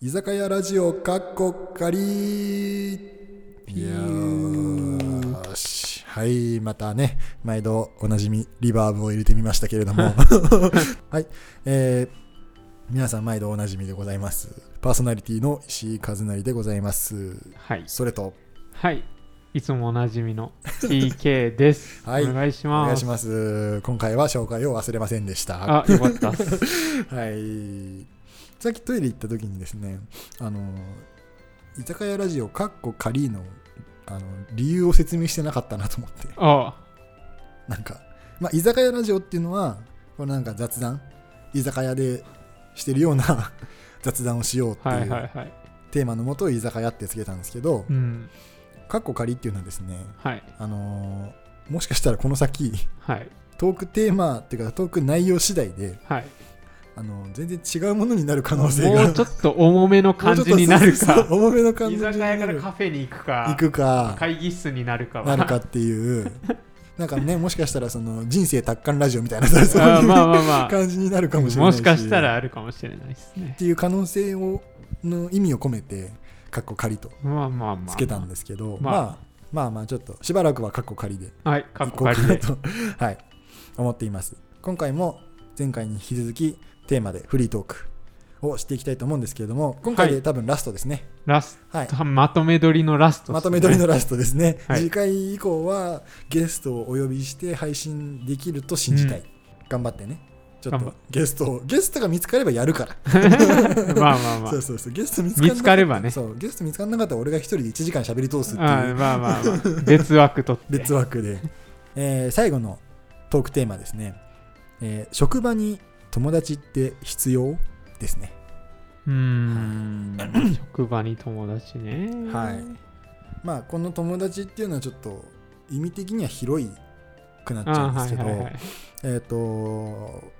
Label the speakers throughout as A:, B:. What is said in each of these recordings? A: 居酒屋ラジオかっこかりよーしはいまたね毎度おなじみリバーブを入れてみましたけれど もはいえー皆さん毎度おなじみでございますパーソナリティの石井和成でございます
B: はい。
A: それと
B: はい。いつもおなじみの TK です。
A: はい
B: お願いし
A: お
B: ます。
A: 願いします今回は紹介を忘れませんでした
B: あ、よかった っす。
A: はい。さっきトイレ行った時にですね、あの、居酒屋ラジオ、カッコカリーの、あの、理由を説明してなかったなと思って。
B: あ
A: なんか、まあ、居酒屋ラジオっていうのは、これなんか雑談、居酒屋でしてるような 雑談をしようって
B: はいいはいうはい。
A: テーマのもと、居酒屋ってつけたんですけど
B: う、ん。
A: カッコカリっていうのはですね、
B: はい。
A: あの、もしかしたらこの先、
B: はい。
A: トークテーマっていうか、トーク内容次第で、
B: はい。
A: あの、全然違うものになる可能性が。
B: もうちょっと重めの感じになる
A: もうちょっとそう
B: か
A: そ。う重めの感じ
B: 居
A: になる
B: 酒屋からカフェに行くか。
A: 行くか
B: 会議室になるかは。
A: なるかっていうなんかねもしかしたらその人生達観ラジオみたいなそうそうい
B: あー
A: う
B: まあまあまあ。
A: 感じになるかもしれない
B: もしかしたらあるかもしれないですね
A: っ。ていう可能性をの意味を込めて「かっこ仮」と
B: まあまあまあ。
A: つけたんですけど、
B: ま
A: ま
B: あ
A: あ、まあまあちょっとしばらくは「かっこ仮」で
B: はい。かっ
A: 行
B: こ
A: こ
B: か
A: う
B: り
A: かな
B: で。
A: と、 はい、思っています今回も前回に引き続きテーマでフリートークをしていきたいと思うんですけれども今回で多分ラストですね、
B: ラス
A: はい、
B: ト、まとめ撮りのラストっすね、
A: まとめ撮りのラストですね、
B: はい
A: 次回以降はゲストをお呼びして配信できると信じたい、
B: うん
A: 頑張ってねちょっ
B: 頑張
A: とゲストをゲストが見つかればやるから、
B: まあまあま あ
A: そう。そうそうゲスト見つかんな
B: 見つかればね
A: そうゲスト見つからなかったら俺が一人で1時間喋り通すって
B: あ
A: い
B: ー
A: う
B: まあまあまあ。別枠取って。
A: 別枠で、 えー最後のトークテーマですね、えー職場に友達って必要ですね
B: うーん職場に友達ね
A: はいまあこの友達っていうのはちょっと意味的には広いくなっちゃ
B: あ
A: うんで
B: は
A: す
B: い
A: けど、
B: はいはい
A: えっ、と、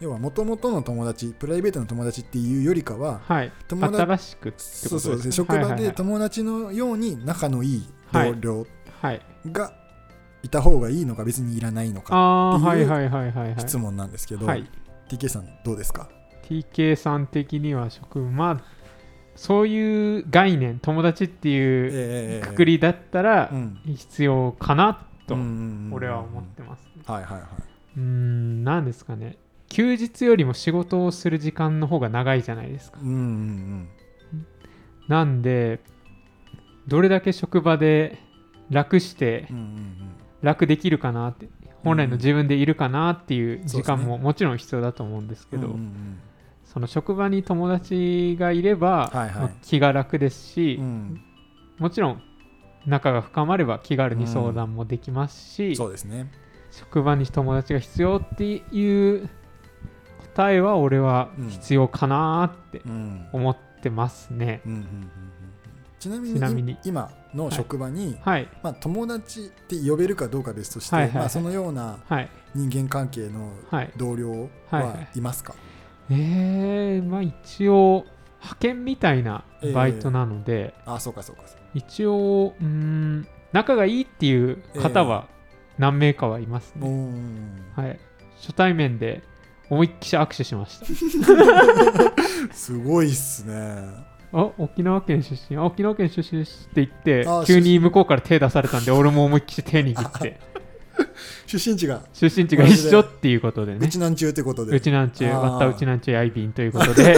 A: 要は元々の友達、プライベートの友達っていうよりかは、
B: はい
A: 友達、
B: 新しくってことです
A: そうそう、
B: ね
A: 職
B: は
A: 場
B: いはい
A: で友達のように仲のいい
B: はい
A: 同僚
B: はい
A: がいた方がいいのか、別にいらないの
B: あ
A: か、
B: あ
A: って
B: はいいうはいはいはいはい
A: 質問なんですけど、
B: はい
A: TK さん、どうですか
B: TK さん的には職場まあそういう概念友達っていう
A: え
B: くく
A: り
B: りだったら必要かなと俺
A: 俺
B: は思ってますね
A: はいはいはい。
B: うーん何ですかね休日よりも仕事をする時間の方が長いじゃないですか
A: うんうん
B: なんでどれだけ職場で楽して
A: うんうんうん
B: 楽できるかなって本来の自分でいるかなっていう時間
A: そうで
B: ももちろん必要だと思うんですけ
A: うん
B: ど、
A: うんうん
B: その職場に友達がいれば、
A: はいはい
B: まあ気が楽ですし、
A: うん
B: もちろん仲が深まれば気軽に相談もできますし、
A: そうですね。
B: 職場に友達が必要っていう答えは俺は必要かなって
A: うん
B: 思ってますね。
A: うんうんうんうんちなみに
B: ちなみに
A: 今の職場に、
B: はい
A: まあ、友達って呼べるかどうかは別として、
B: はいはいはい
A: まあ、そのような
B: はい
A: 人間関係の
B: はい。
A: 同僚
B: はいは
A: はいますか、
B: えー、まあ一応派遣みたいなバイトなので。
A: あそうかそうかそうか
B: 一応うーん仲がいいっていう方は何名かはいます
A: うー
B: ね、
A: ん
B: はい初対面で思いっきし握手しました
A: すごいっすね
B: あ沖縄県出身あ沖縄県出身ですって言って
A: あ
B: 急に向こうから手出さ れたんで俺も思いっきし手握って
A: 出身地が
B: 出身地が一緒っていうことで
A: う
B: ね
A: ちなんちゅうってことで
B: うちなんちゅう
A: あー
B: またうちなんちゅうやいびんというこ とで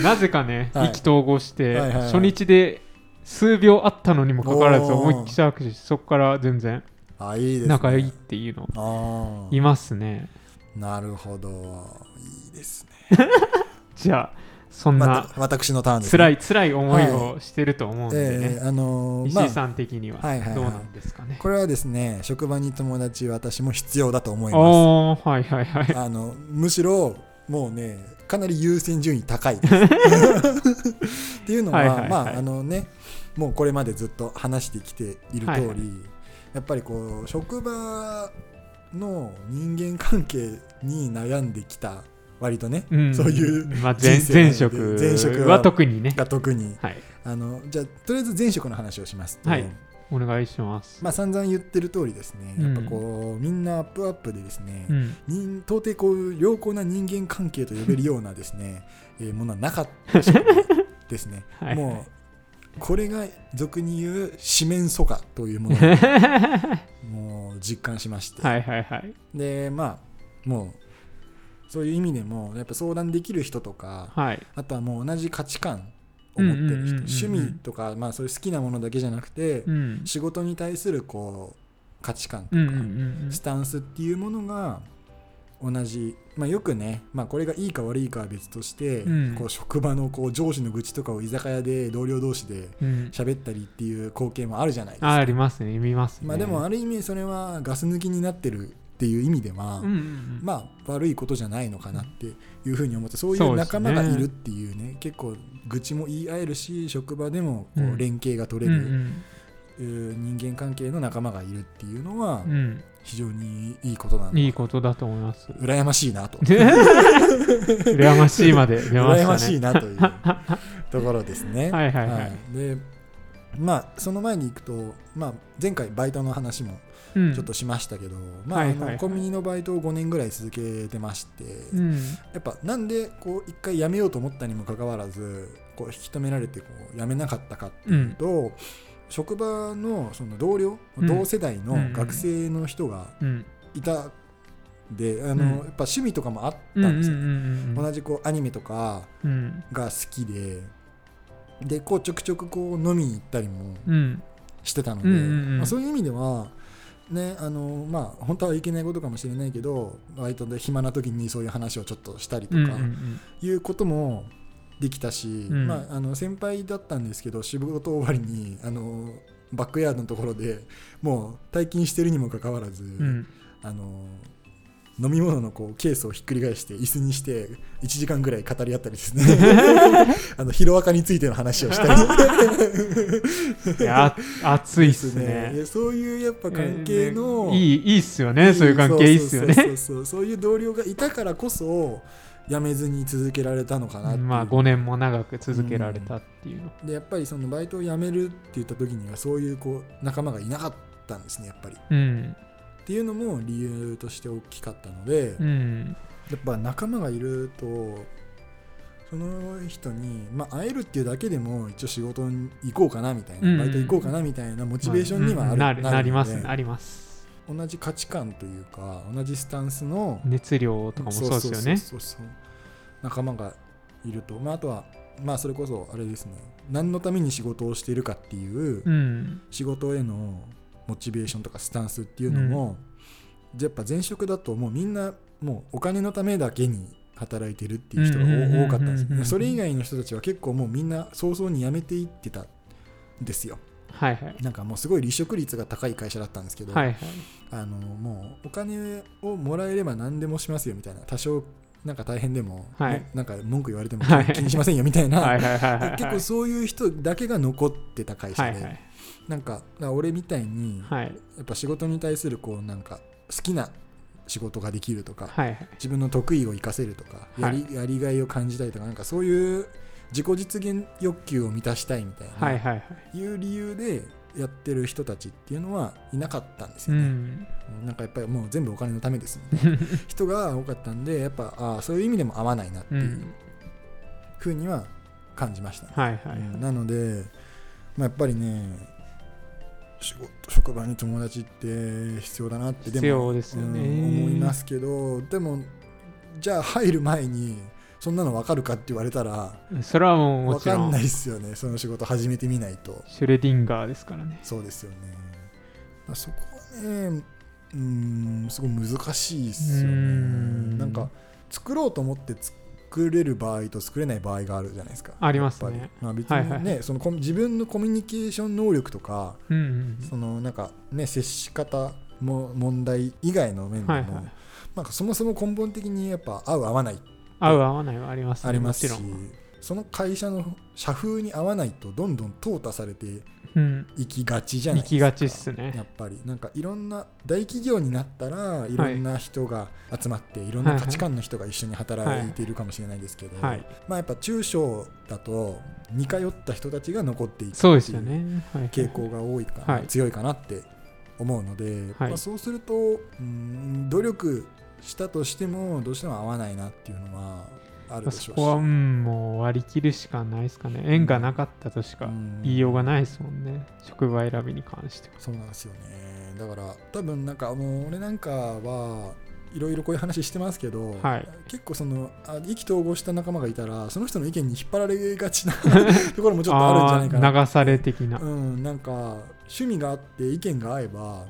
B: なぜかね
A: はい
B: 意気投合して、
A: はいはいはい
B: 初日で数秒あったのにもかかわらず
A: おー
B: 思いっきし握手してそこから全然
A: あいいですね
B: 仲いいっていうの
A: あ
B: い
A: ー
B: ますね。
A: なるほどいいですね
B: じゃあ、そん
A: ま
B: な
A: た私のターンです、
B: 辛
A: い
B: い辛い思いをしてると思うんで
A: え
B: ね。
A: ー、あのーま
B: 石
A: あ
B: 井さん的には
A: はいはいはい
B: どうなんですかね。
A: これはですね職場に友達私も必要だと思います
B: おー、はいはいは い。
A: あのむしろもうねかなり優先順位高い ですっていうのは,、
B: はいはいはい
A: まああのねもうこれまでずっと話してきている通り、
B: はいはい
A: やっぱりこう職場の人間関係に悩んできた割とね、
B: うん
A: そういう
B: まあ、前
A: 人生
B: 前
A: なの
B: 職
A: で前職は
B: は特にね。
A: が特に
B: はい。
A: あのじゃあとりあえず前職の話をしますと、
B: はいお願いします。
A: まあ、散々言ってる通りですね、
B: うん
A: やっぱこうみんなアップアップでですね、
B: うん。。
A: 人到底こう良好な人間関係と呼べるようなですねえーものはなかったしかないですね
B: はい
A: もうこれが俗に言う四面楚歌というもの をもう実感しまして、
B: はいはいはい
A: でまあもうそういう意味でもやっぱ相談できる人とか
B: はい
A: あとはもう同じ価値観を持って
B: うんうんう
A: る
B: んうん
A: 人
B: うん
A: 趣味とか、まあ、そういう好きなものだけじゃなくて、
B: うん
A: 仕事に対するこう価値観と
B: うんうん
A: か、
B: うん
A: スタンスっていうものが同じ、まあ、よくね、まあ、これがいいか悪いかは別として、
B: うん
A: こう職場のこう上司の愚痴とかを居酒屋で同僚同士で
B: うんうん
A: 喋ったりっていう光景もあるじゃないですか。
B: あありますね見ますね
A: まあ、でもある意味それはガス抜きになってるっていう意味では、
B: うんうん
A: まあ悪いことじゃないのかなっていうふうに思ってそうい
B: そう
A: う
B: です
A: 仲
B: ね
A: 間がいるっていうね結構愚痴も言い合えるし職場でもこ
B: うん
A: う連携が取
B: うんう
A: れる、
B: ん
A: えー人間関係の仲間がいるっていうのは
B: うん
A: 非常にいいことなの
B: いいことだと思います
A: 羨ましいな と。
B: 羨ましいまで出ま
A: 羨ま
B: した
A: しい
B: ね
A: な というところですね。
B: はいはいはい
A: でまあその前に行くと、まあ、前回バイトの話も
B: うん
A: ちょっとしましたけど、まあ
B: はい
A: あ
B: はいはい
A: のコンビニのバイトを5年ぐらい続けてまして、
B: うん
A: やっぱなんでこう一回辞めようと思ったにもかかわらずこう引き止められてこう辞めなかったかって
B: うん
A: と、職場のその同僚、
B: うん
A: 同世代の
B: うんうん
A: 学生の人が
B: うん
A: いたんであの、
B: うん
A: やっぱ趣味とかもあった
B: うんうん
A: んですよ、
B: うんうん
A: 同じこうアニメとか
B: うん
A: が好きででこうちょくちょくこう飲みに行ったりも
B: うん
A: してたので、
B: うんうんうん
A: まあ、そういう意味ではねあのまあ本当はいけないことかもしれないけど割とで暇な時にそういう話をちょっとしたりと
B: うんうんう
A: か
B: ん
A: いうこともできたし、
B: うん
A: まあ、あの先輩だったんですけど仕事終わりにあのバックヤードのところでもう退勤してるにもかかわらず、
B: うん
A: あの飲み物のこうケースをひっくり返して椅子にして1時間ぐらい語り合ったりで すねあのヒロアカについての話をしたり
B: いやあ 熱いっす
A: い
B: ね
A: やそういうやっぱ関係の、
B: えーねいいいいっすよねそういう関係いいっすよ
A: そうそ
B: ね
A: うそうそうそういう同僚がいたからこそ辞めずに続けられたのかなっていう
B: まあ5年も長く続けられたっていうの
A: でやっぱりそのバイトを辞めるって言った時にはそういうこう仲間がいなかったんですねやっぱりっ
B: うん
A: ていうのも理由として大きかったので、
B: う
A: や
B: ん
A: っぱ仲間がいるとその人に、まあ、会えるっていうだけでも一応仕事に行こうかなみたいな、
B: うん
A: バイト行こうかなみたいなモチベーションにはある、
B: まあうんうんなるなります
A: の
B: ね
A: で
B: あります
A: 同じ価値観というか同じスタンスの
B: 熱量とかもそうですよね
A: そうそうそうそう仲間がいると、まあ、あとは、まあ、それこそあれですね何のために仕事をしているかっていう
B: うん
A: 仕事へのモチベーションとかスタンスっていうのも、やっぱ前職だともうみんなもうお金のためだけに働いてるっていう人が
B: うんうんうんうんうん
A: お多かったんですよねそれ以外の人たちは結構もうみんな早々に辞めていってたんですよ
B: はいはい
A: なんかもうすごい離職率が高い会社だったんですけど、
B: はいはい
A: あのもうお金をもらえれば何でもしますよみたいな多少なんか大変でも、
B: はい
A: ねなんか文句言われても
B: はい
A: 気にしませんよみたいな、
B: はいはいはいはい
A: 結構そういう人だけが残ってた会社
B: はい
A: で、
B: はい
A: なんかだから俺みたいに
B: はい
A: やっぱ仕事に対するこうなんか好きな仕事ができるとか、
B: はいはい
A: 自分の得意を生かせるとか、やりやりがいを感じたいとかなんかそういう自己実現欲求を満たしたいみたいな、
B: はいはいはい
A: いう理由でやってる人たちっていうのはいなかったんです
B: う
A: よね。
B: ん
A: なんかやっぱりもう全部お金のためですみた いな人が多かったんでやっぱあーそういう意味でも合わないなって
B: う
A: いうんふうには感じました、
B: はいはいはい
A: うんなので、まあ、やっぱりね仕事職場に友達って必要だなってでも
B: 必要ですよね
A: うん思いますけどでもじゃあ入る前にそんなの分かるかって言われたら
B: それはもうも
A: 分
B: ち
A: か
B: ろ
A: ん
B: ん
A: ないですよねその仕事始めてみないと。
B: シュレディンガーですからね
A: そうですよね。まあそこはね、うーん、すごい難しいですよ
B: う
A: ね。
B: ーん
A: なんか、作ろうと思って作れる場合と作れない場合があるじゃないですか。
B: ありますね
A: やっぱりまあ、別にね、
B: はいはい
A: そのコミ自分のコミュニケーション能力とか、
B: うんうん
A: そのなんかね、接し方も問題以外の面でも、
B: はいはい
A: なんかそもそも根本的にやっぱ合う合わない
B: 合う合わないはありますね
A: ありますし
B: もちろん、
A: その会社の社風に合わないとどんどん淘汰されて
B: うん
A: いきがちじゃない
B: 行
A: ですか。
B: きがちっすね
A: やっぱりなんかいろんな大企業になったらいろんな人が集まって、い、ろんな価値観の人が一緒に働いているかもしれないですけど、
B: はい
A: まあやっぱ中小だと似通った人たちが残っていくって
B: そうです
A: い
B: よ
A: う
B: ねはいはい
A: 傾向が多いかな、
B: はい
A: 強いかなって思うので、
B: はい
A: まあ、そうするとうん努力したとしてもどうしても合わないなっていうのはあるでしょ
B: そ
A: うし
B: こは、うん、もう割り切るしかないですかね。縁がなかったとしか
A: うん
B: 言いようがないですもんね。職場選びに関しては。
A: そうなんですよねだから多分なんかあの俺なんかはいろいろこういう話してますけど、
B: はい
A: 結構そのあ意気投合した仲間がいたらその人の意見に引っ張られがちな ところもちょっとあるんじゃないかな
B: あー流され的な。
A: うん、なんか趣味があって意見が合えば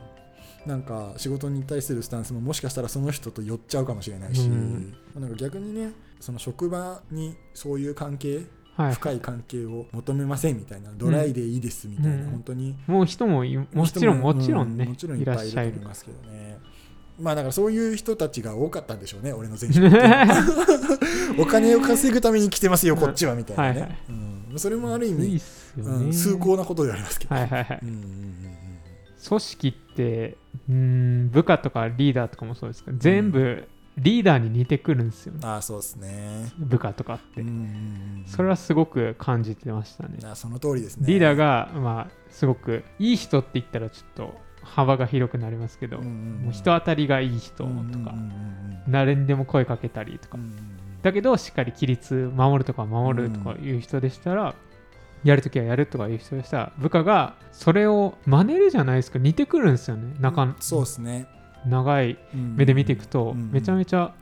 A: なんか仕事に対するスタンスももしかしたらその人と寄っちゃうかもしれないし、
B: うん
A: なんか逆にねその職場にそういう関係
B: はい。
A: 深い関係を求めませんみたいなドライでいいですみたいな、
B: うん
A: 本当に
B: もう人もいもちろん、もちろんね、
A: うもちろんい
B: い
A: っぱ
B: らっ
A: いいる
B: し
A: と
B: ゃ
A: 思
B: い
A: い
B: る。
A: ますけどねまあだからそういう人たちが多かったんでしょうね俺の前職っていうのは お金を稼ぐために来てますよこっちはみたいなね、
B: はいはい
A: うん、それもある意
B: いい
A: 味、
B: っすよ
A: う
B: ね。
A: ん、崇高なことではありますけど、
B: はいはいはい
A: うん。うんうんうん
B: 組織って、うん、部下とかリーダーとかもそうですけど、全部リーダーに似てくるんですよね。
A: ああそうですね。
B: 部下とかって
A: うんう。んうん
B: それはすごく感じてましたね。
A: あその通りですね。
B: リーダーが、まあ、すごくいい人って言ったらちょっと幅が広くなりますけど、
A: うんうんうん
B: もう人当たりがいい人とか、
A: うん
B: 誰にでも声かけたり
A: う
B: とか、
A: んうんうん
B: だけどしっかり規律守るとか守るとかいう人でしたら、やるときはやるとかいう人でしたら部下がそれを真似るじゃないですか似てくるんですよね
A: う
B: 中
A: んそうですね。
B: 長い目
A: 目
B: で見ていくと、めちゃめ
A: ち
B: ちゃ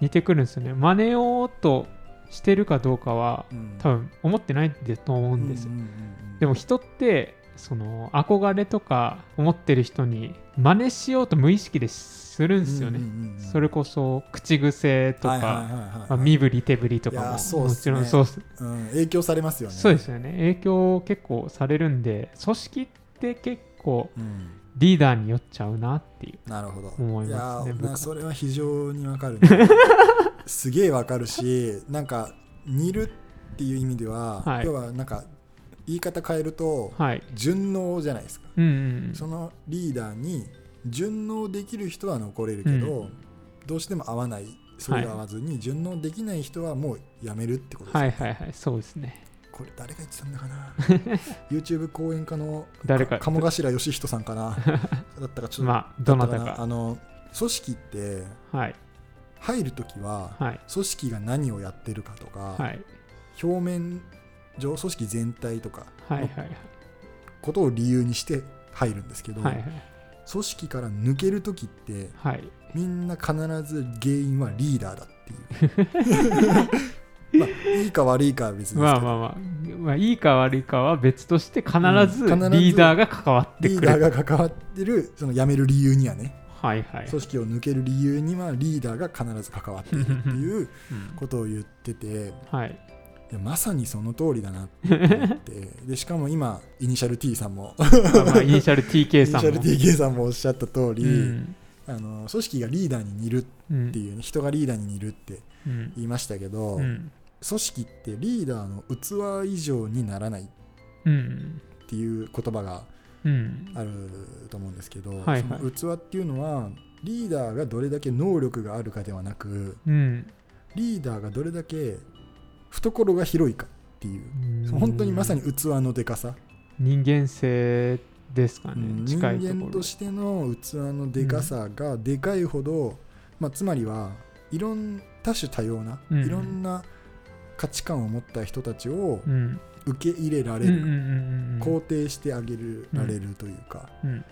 B: 似てくるんですよね真似ようとしてるかどうかは
A: ゃ
B: 多分思ってないんだと思うんですよ、で
A: も
B: も人ってその憧れとか思ってる人に真似しようと無意識でするんですよね、それこそ口癖とか、まあ、身振り手振りとか
A: いや
B: も
A: ーそうっ
B: も
A: す
B: ち
A: ね
B: ろんそうっす
A: うん影響されますよね。
B: そうですよね影響結構されるんで組織って結構
A: うん。
B: リーダーによっちゃうなっていう
A: なるほど。
B: 思いますね
A: やー
B: 僕は
A: それは非常にわか るね。すげえわかるし、なんか似るっていう意味では
B: は、い
A: 要はなんか言い方変えると
B: はい
A: 順応じゃないですか。
B: うんうん
A: そのリーダーに順応できる人は残れるけど、どうしても合わないそれが合わずに、順応できない人はもうやめるってことです、
B: はいはいはいそうですね
A: これ誰が言ってたんだか な YouTube 講演家の
B: 誰か
A: 鴨頭義人さんかなだったかちょっと、
B: まあどなた
A: だった
B: か
A: あの組織って
B: はい
A: 入るときは
B: はい
A: 組織が何をやってるかとか、
B: はい
A: 表面上組織全体とか
B: はいはいはい
A: ことを理由にして入るんですけど、
B: はい
A: 組織から抜けるときって
B: はいはい
A: みんな必ず原因はリーダーだって いう。まあ、いいか悪いかは別ですけど、
B: まあまあまあ、まあ、いいか悪いかは別として必ず
A: うん必ず
B: リーダーが関わって
A: リー
B: くる、
A: ダーが関わってる、その辞める理由にはね、
B: はいはい、
A: 組織を抜ける理由にはリーダーが必ず関わっているっていう
B: うん
A: ことを言ってて、い
B: はい
A: やまさにその通りだなって思って、でしかも今、イニシャル T さん も、イ
B: まあまあイニシャル
A: ニシ
B: TK さん
A: ャ
B: も
A: ル TK さんもおっしゃった通り、
B: うん
A: あの組織がリーダーに似るっ
B: うん
A: ていうね、人がリーダーに似るって
B: うん
A: 言いましたけど、
B: うん
A: 組織ってリーダーの器以上にならない
B: うん
A: っていう言葉が
B: うん
A: あると思うんですけど、
B: はいはい
A: その器っていうのはリーダーがどれだけ能力があるかではなく
B: うん
A: リーダーがどれだけ懐が広いかっていう
B: うん
A: 本当にまさに器のでかさ、
B: 人間性ですか
A: う
B: ね
A: ん
B: 近いと
A: 人
B: こ
A: 間
B: ろ
A: としての器のでかさがでかいほど、まあ、つまりはいろん多種多様な、
B: うん
A: いろんな価値観を持った人たちを
B: うん
A: 受け入れら
B: う
A: れ
B: んう
A: る、
B: んうんうん
A: 肯定してあげるられるというか、
B: うん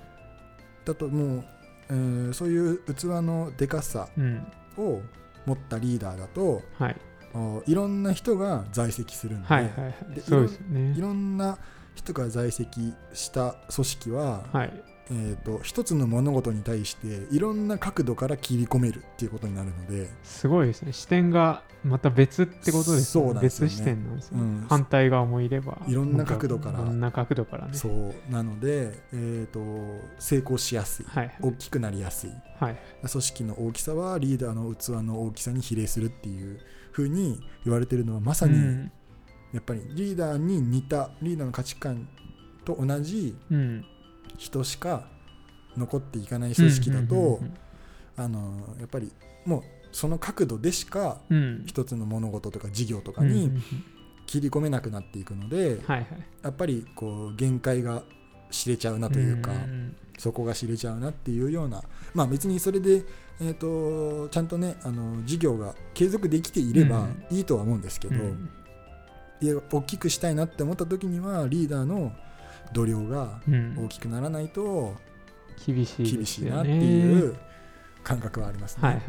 A: だともう、えーそういう器のでかさ
B: うん
A: を持ったリーダーだと
B: はい
A: おいろんな人が在籍するので,、
B: はいはいはい
A: で
B: そうですよね
A: いろんな人が在籍した組織は、
B: はい
A: えー、と一つの物事に対していろんな角度から切り込めるっていうことになるので、
B: すごいですね視点がまた別ってことです
A: そうなんですよね
B: 別視点なんですね
A: うん
B: 反対側もいれば
A: いろんな角度から
B: いろんな角度からね
A: そうなので、えー、と成功しやすい
B: はい
A: 大きくなりやすい
B: はい
A: 組織の大きさはリーダーの器の大きさに比例するっていうふうに言われてるのはまさ
B: う
A: に、
B: ん
A: やっぱりリーダーに似たリーダーの価値観と同じ
B: うん
A: 人しか残っていかない組織だと
B: うん
A: あのやっぱりもうその角度でしか
B: うんうん
A: 一つの物事とか事業とか
B: うんうんう
A: に
B: ん
A: 切り込めなくなっていくので
B: はいはい
A: やっぱりこう限界が知れちゃうなというか、
B: ん
A: そこが知れちゃうなっていうようなまあ別にそれで、えー、とちゃんとねあの事業が継続できていればいいとは思うんですけ
B: う
A: ど、
B: ん
A: いや大きくしたいなって思った時にはリーダーの度量が
B: うん
A: 大きくならないと
B: 厳しいで
A: 厳
B: す
A: しいな
B: よ
A: って
B: ね
A: いう感覚はありますね。
B: はいはい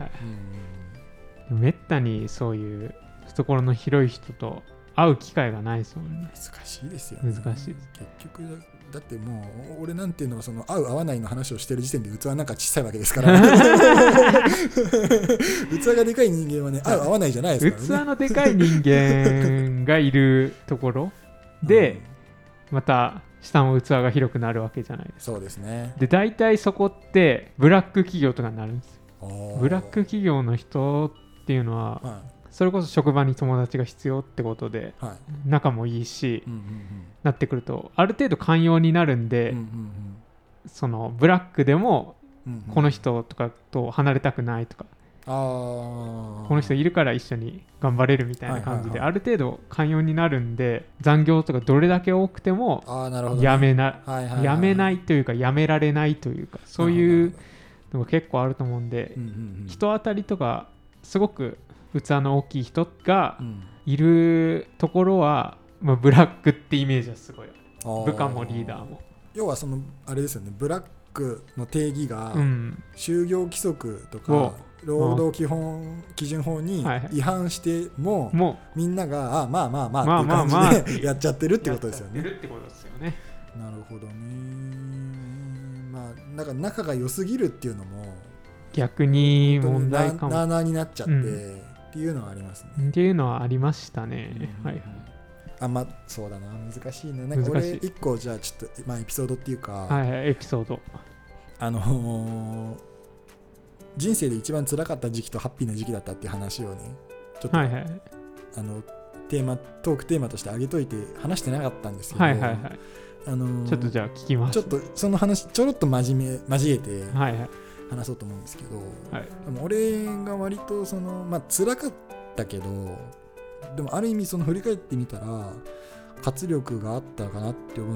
A: うん
B: めったにそういう懐の広い人と会う機会がないですもんね
A: 難しいですよね。
B: 難しいです
A: 結局だってもう俺なんていうのはその合う合わないの話をしてる時点で器なんか小さいわけです から、器がでかい人間はね合う合わないじゃないで
B: 器
A: すからね
B: のでかい人間がいるところ
A: う
B: で
A: ん
B: また下も器が広くなるわけじゃないですか
A: そうですね
B: で大体そこってブラック企業とかになるんですよ
A: おー
B: ブラック企業の人っていうのは
A: は
B: それこそ職場に友達が必要ってことで
A: いはい
B: 仲もいいし
A: うんうん
B: なってくるとある程度寛容になるんで、
A: うんうんうん
B: そのブラックでも
A: うんうん
B: この人とかと離れたくないとか、
A: あー
B: この人いるから一緒に頑張れるみたいな感じで、
A: はいはいはい
B: ある程度寛容になるんで残業とかどれだけ多くても
A: あーなるほどね
B: やめな、
A: はいはいはい
B: やめないというかやめられないというかそういうのが結構あると思うんで、
A: うんうんうん
B: 人当たりとかすごく器の大きい人が
A: うん
B: いるところは、まあ、ブラックってイメージはすごいある
A: あー
B: 部下もリーダーも
A: 要はそのあれですよねブラックの定義が
B: うん
A: 就業規則とか、
B: お
A: 労働基本基準法に
B: はいはい
A: 違反しても、
B: も
A: みんながあまあまあま
B: ま
A: あ
B: あ
A: って
B: まあまあ
A: いう感
B: って
A: じで
B: いう
A: やっちゃってるっ
B: う
A: てことですよ
B: やっ
A: ね
B: ちゃってるってことですよね
A: なるほどねまあなんか仲が良すぎるっていうのも
B: 逆に問題
A: 本当
B: か
A: になな
B: も
A: あなあになっちゃって、
B: うん
A: っていうのはありますね、
B: っていうのはありましたね、
A: うん
B: はいはい
A: あまあそうだな難しいねなんか
B: 難
A: 俺
B: しい
A: 一個じゃあちょっと、まあ、エピソードっていうか、
B: はいはいエピソード
A: あのー人生で一番辛かった時期とハッピーな時期だったっていう話をねちょっと、
B: はいはい
A: あのテーマトークテーマとして上げといて話してなかったんですけど、
B: はいはいはい
A: あのー
B: ちょっとじゃあ聞きます
A: ちょっとその話ちょろっと真面目交えて
B: はいはい
A: 話そうと思うんですけど、
B: はい
A: でも俺が割とそのまあ辛かったけどでもある意味その振り返ってみたら活力があったかなって思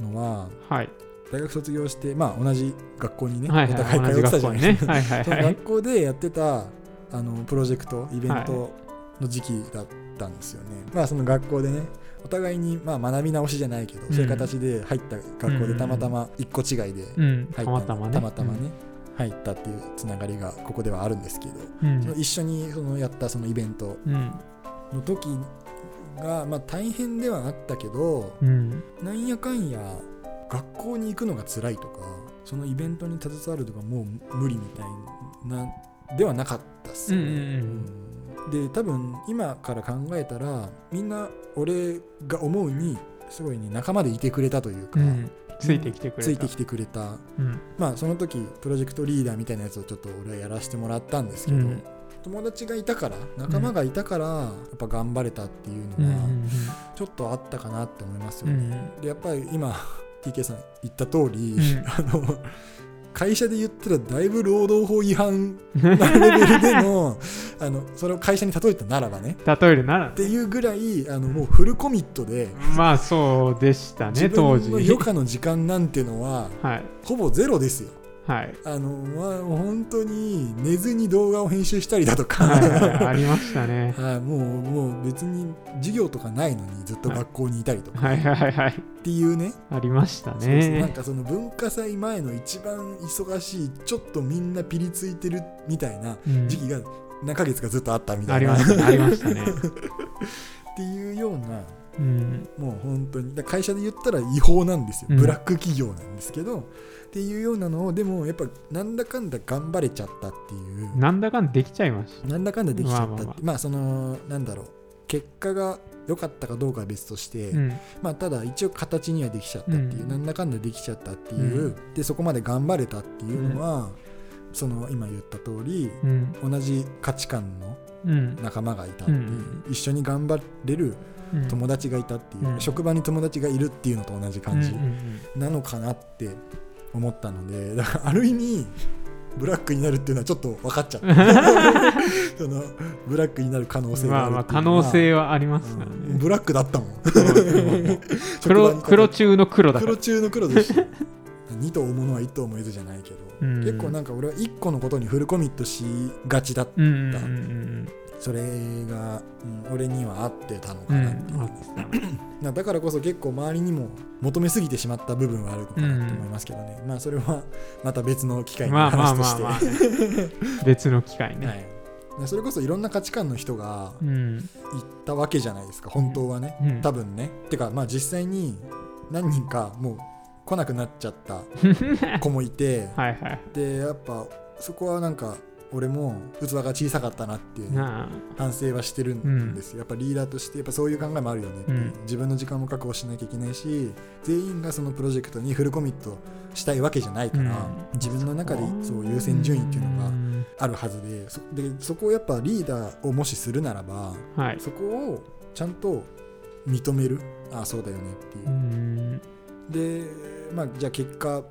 A: うのは
B: はい
A: 大学卒業してまあ同じ学校にね、
B: はい
A: お
B: は
A: 互
B: い
A: い
B: 同
A: 通ってたじゃ
B: じ学校
A: ない
B: に
A: ですか
B: ねはい はい
A: その
B: はい
A: 学校でやってたあのプロジェクトイベントの時期だったんですよね、まあその学校でねお互いにまあ学び直しじゃないけど、
B: うん
A: そういう形で入った学校でたまたま一個違いで
B: うん
A: 入った
B: たまたまね
A: たまたまね、入ったっていうつながりがここではあるんですけど、
B: う
A: その
B: ん
A: 一緒にそのやったそのイベント
B: うん
A: の時がまあ大変ではあったけど
B: うん
A: なんやかんや学校に行くのが辛いとかそのイベントに携わるとかもう無理みたいなではなかったっすよね。
B: うんうん
A: うんで多分今から考えたらみんな俺が思うにすごいね仲間でいてくれたというか、
B: うんついてきてくれた
A: ついてきてくれた
B: うん
A: まあその時プロジェクトリーダーみたいなやつをちょっと俺はやらせてもらったんですけど、
B: うん
A: 友達がいたから仲間がいたからやっぱ頑張れたっていう
B: うんう
A: の
B: ん
A: はちょっとあったかなって思います
B: う
A: よね。
B: ん
A: でやっぱり今 TK さん言った通り、
B: うん
A: あの会社で言ったらだいぶ労働法違反なレベルで のあのそれを会社に例えたならばね
B: 例えるなら
A: っていうぐらいあのもうフルコミットで
B: まあそうでした
A: 自
B: ね当
A: 分
B: 時
A: の余暇の時間なんてのは
B: はい
A: ほぼゼロですよ。
B: はい
A: あのまあ、本当に寝ずに動画を編集したりだとか、
B: はいはいはいあ りました ね
A: はい、もうもう別に授業とかないのにずっと学校にいたりとか
B: はいはいはいはい
A: っていうね、
B: ありました
A: そうそうなん
B: ね
A: かその文化祭前の一番忙しいちょっとみんなピリついてるみたいな
B: うん
A: 時期が何ヶ月かずっとあったみた
B: あ
A: い
B: り
A: な、っ
B: ましたねありましたね
A: ていうような
B: うん
A: もう本当にだから会社で言ったら違法なんですよ、
B: うん
A: ブラック企業なんですけどっていうようなのをでもやっぱなんだかんだ頑張れちゃったっていう。
B: なんだかんだできちゃいまし
A: なんだかんだできちゃったって、ま
B: まあ
A: あ
B: まあまあ
A: そのなんだろう結果が良かったかどうかは別として、
B: たうん
A: まあただ一応形にはできちゃったっていう、
B: うん
A: なんだかんだできちゃったっていう、でそこまで頑張れたっていうのは、その今言った通り、
B: うん
A: 同じ価値観の
B: うん
A: 仲間がいたっていう、
B: うんうん
A: 一緒に頑張れる
B: うん
A: 友達がいたっていう、
B: うん
A: 職場に友達がいるっていうのと同じ感じ
B: うんうんうん
A: なのかなって思ったのでだからある意味ブラックになるっていうのはちょっと分かっ ちゃったそのブラックになる可能性があ
B: まあ
A: る
B: ま
A: っ
B: あ
A: ていう
B: 可
A: の
B: 能
A: は
B: 性はあります
A: う
B: から
A: ん
B: ね。
A: ブラックだったもん職場
B: 黒
A: に
B: 黒中の黒だから
A: 黒。中の黒でした二と思うものは一と思えずじゃないけど、
B: うん
A: 結構なんか俺は一個のことにフルコミットしがちだった、
B: うんうんうん
A: それが、うん俺には合ってたのか
B: うんう
A: なってい
B: ん。
A: う、
B: あ
A: なだからこそ結構周りにも求めすぎてしまった部分はあるのかなと思いますけどね、まあそれはまた別の機会に
B: まあまあ
A: 話とし
B: まあ
A: て、
B: まあね。別の機会
A: は
B: ね。
A: いでそれこそいろんな価値観の人が
B: うん
A: 行ったわけじゃないですか本当はね、
B: うん
A: 多分ねてかまあ実際に何人かもう来なくなっちゃった子もい て
B: はいはい。
A: でやっぱそこはなんか俺も器が小さかったなっていう
B: なあ。
A: 反省はしてるんですよ、やっぱリーダーとしてやっぱそういう考えもあるよねっていう、
B: うん
A: 自分の時間も確保しなきゃいけないし全員がそのプロジェクトにフルコミットしたいわけじゃないから、
B: うん
A: 自分の中でそう優先順位っていうのが
B: ん
A: あるはずでそでそこをやっぱリーダーをもしするならば
B: はい。
A: そこをちゃんと認めるああそうだよねっていう
B: う、ん
A: でまあじゃあ結果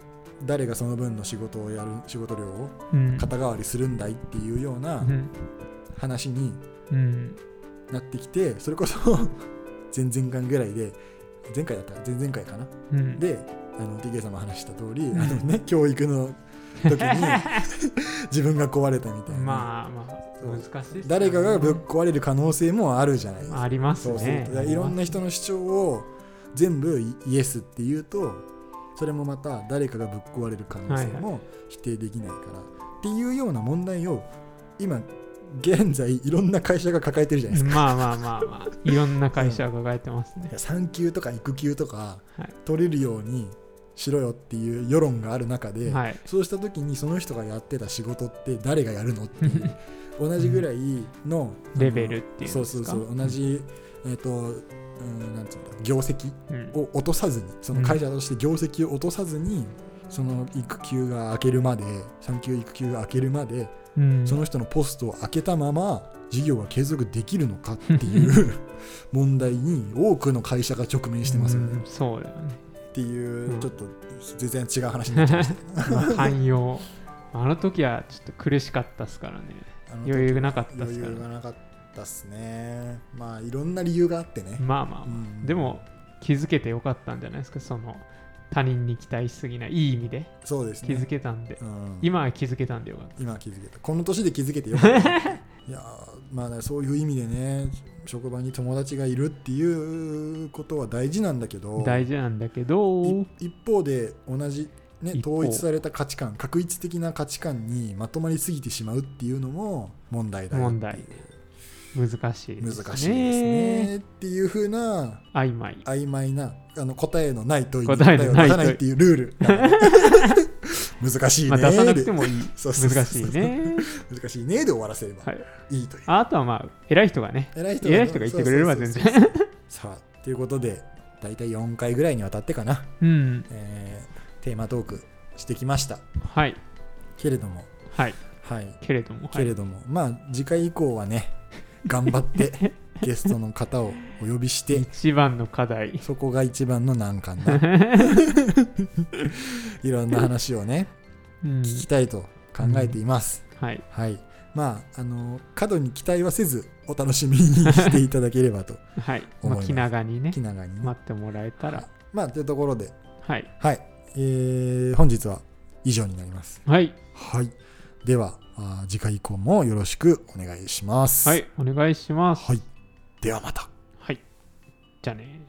A: 誰がその分の仕事をやる仕事量を
B: うん
A: 肩代わりするんだいっていうような
B: うん
A: 話に
B: うん
A: なってきてそれ こそ前々回ぐらいで前回だったか前々回かな
B: うん
A: であの TK さんも話した通り、
B: うん
A: あのね教育の時 に自分が壊れたみたいな、
B: まあまあ難しいっすね
A: 誰かがぶっ壊れる可能性もあるじゃないですか、
B: あります
A: そうそうだ
B: ね
A: からいろんな人の主張を全部イエスって言うとそれもまた誰かがぶっ壊れる可能性も否定できないから、っていうような問題を今現在いろんな会社が抱えてるじゃないですか
B: まあまあまあまあいろんな会社が抱えてますね
A: 産休とか育休とか
B: はい
A: 取れるようにしろよっていう世論がある中で、
B: はい
A: そうした時にその人がやってた仕事って誰がやるのっていう同じぐらいの、あの
B: レベルっていうんですか
A: そうそうそう同じ、えっ、と、うん、なんつうんだ業績
B: うん
A: を落とさずにその会社として業績を落とさずに、その育休が明けるまで産休育休が明けるまで
B: うん
A: その人のポストを開けたまま事業が継続できるのかっていう 問題に多くの会社が直面してますよ
B: う
A: ね
B: んそうだよね
A: っていう、
B: うん
A: ちょっと全然違う話になっち ゃいましたけど
B: まあ寛容あの時はちょっと苦しかったっすからね
A: あの時
B: 余裕がなかったっ
A: 余
B: すから
A: 裕がなかったっすねまあいろんな理由があってね、
B: まあまあま
A: うん
B: あでも気づけてよかったんじゃないですかその他人に期待しすぎないいい意味で
A: そうです
B: 気
A: ね
B: づけたんで
A: うん、
B: 今は気づけたんでよかった
A: 今気づけたこの年で気づけてよかった いやーまあねそういう意味でね職場に友達がいるっていうことは大事なんだけど
B: 大事なんだけど
A: い一方で同じ、ね、
B: 一方
A: 統一された価値観確一的な価値観にまとまりすぎてしまうっていうのも問題だよっていう
B: 問題難しいで
A: 難
B: すね
A: しいですねっていうふうな
B: 曖昧
A: 曖昧なあの答えのない問いに
B: 答
A: 答
B: え
A: え
B: の
A: を
B: な
A: 出
B: い問い
A: さないっていうルールなので 難しいね
B: まあ、
A: ー
B: 出さなく
A: で
B: てもいい
A: そうそうそう
B: 難
A: そ
B: し
A: う
B: いね、
A: 難しいねーで終わらせれば
B: はい、
A: いいという、
B: ああとはまあ偉い人がね
A: 偉い
B: 偉い人が言ってくれれば全
A: そうそうそう
B: 然
A: そうさあということで大体4回ぐらいにわたってかな、
B: うん
A: えーテーマトークしてきました
B: はい
A: けれども
B: はい
A: はい
B: けれども、は
A: け
B: い、
A: れども、まあ次回以降はね頑張って ゲストの方をお呼びして
B: 一番の課題
A: そこが一番の難関 だいろんな話をね
B: うん
A: 聞きたいと考えています、
B: はい
A: はいまああの過度に期待はせずお楽しみにしていただければと
B: はい、
A: 思い
B: まあ、
A: ます
B: 気長にね
A: 気長にね、
B: 待ってもらえたら
A: まあというところで
B: はい
A: はい、えー本日は以上になります
B: はい
A: はいではあー次回以降もよろしくお願いします
B: はいお願いします
A: はい、ではまた
B: はいじゃあね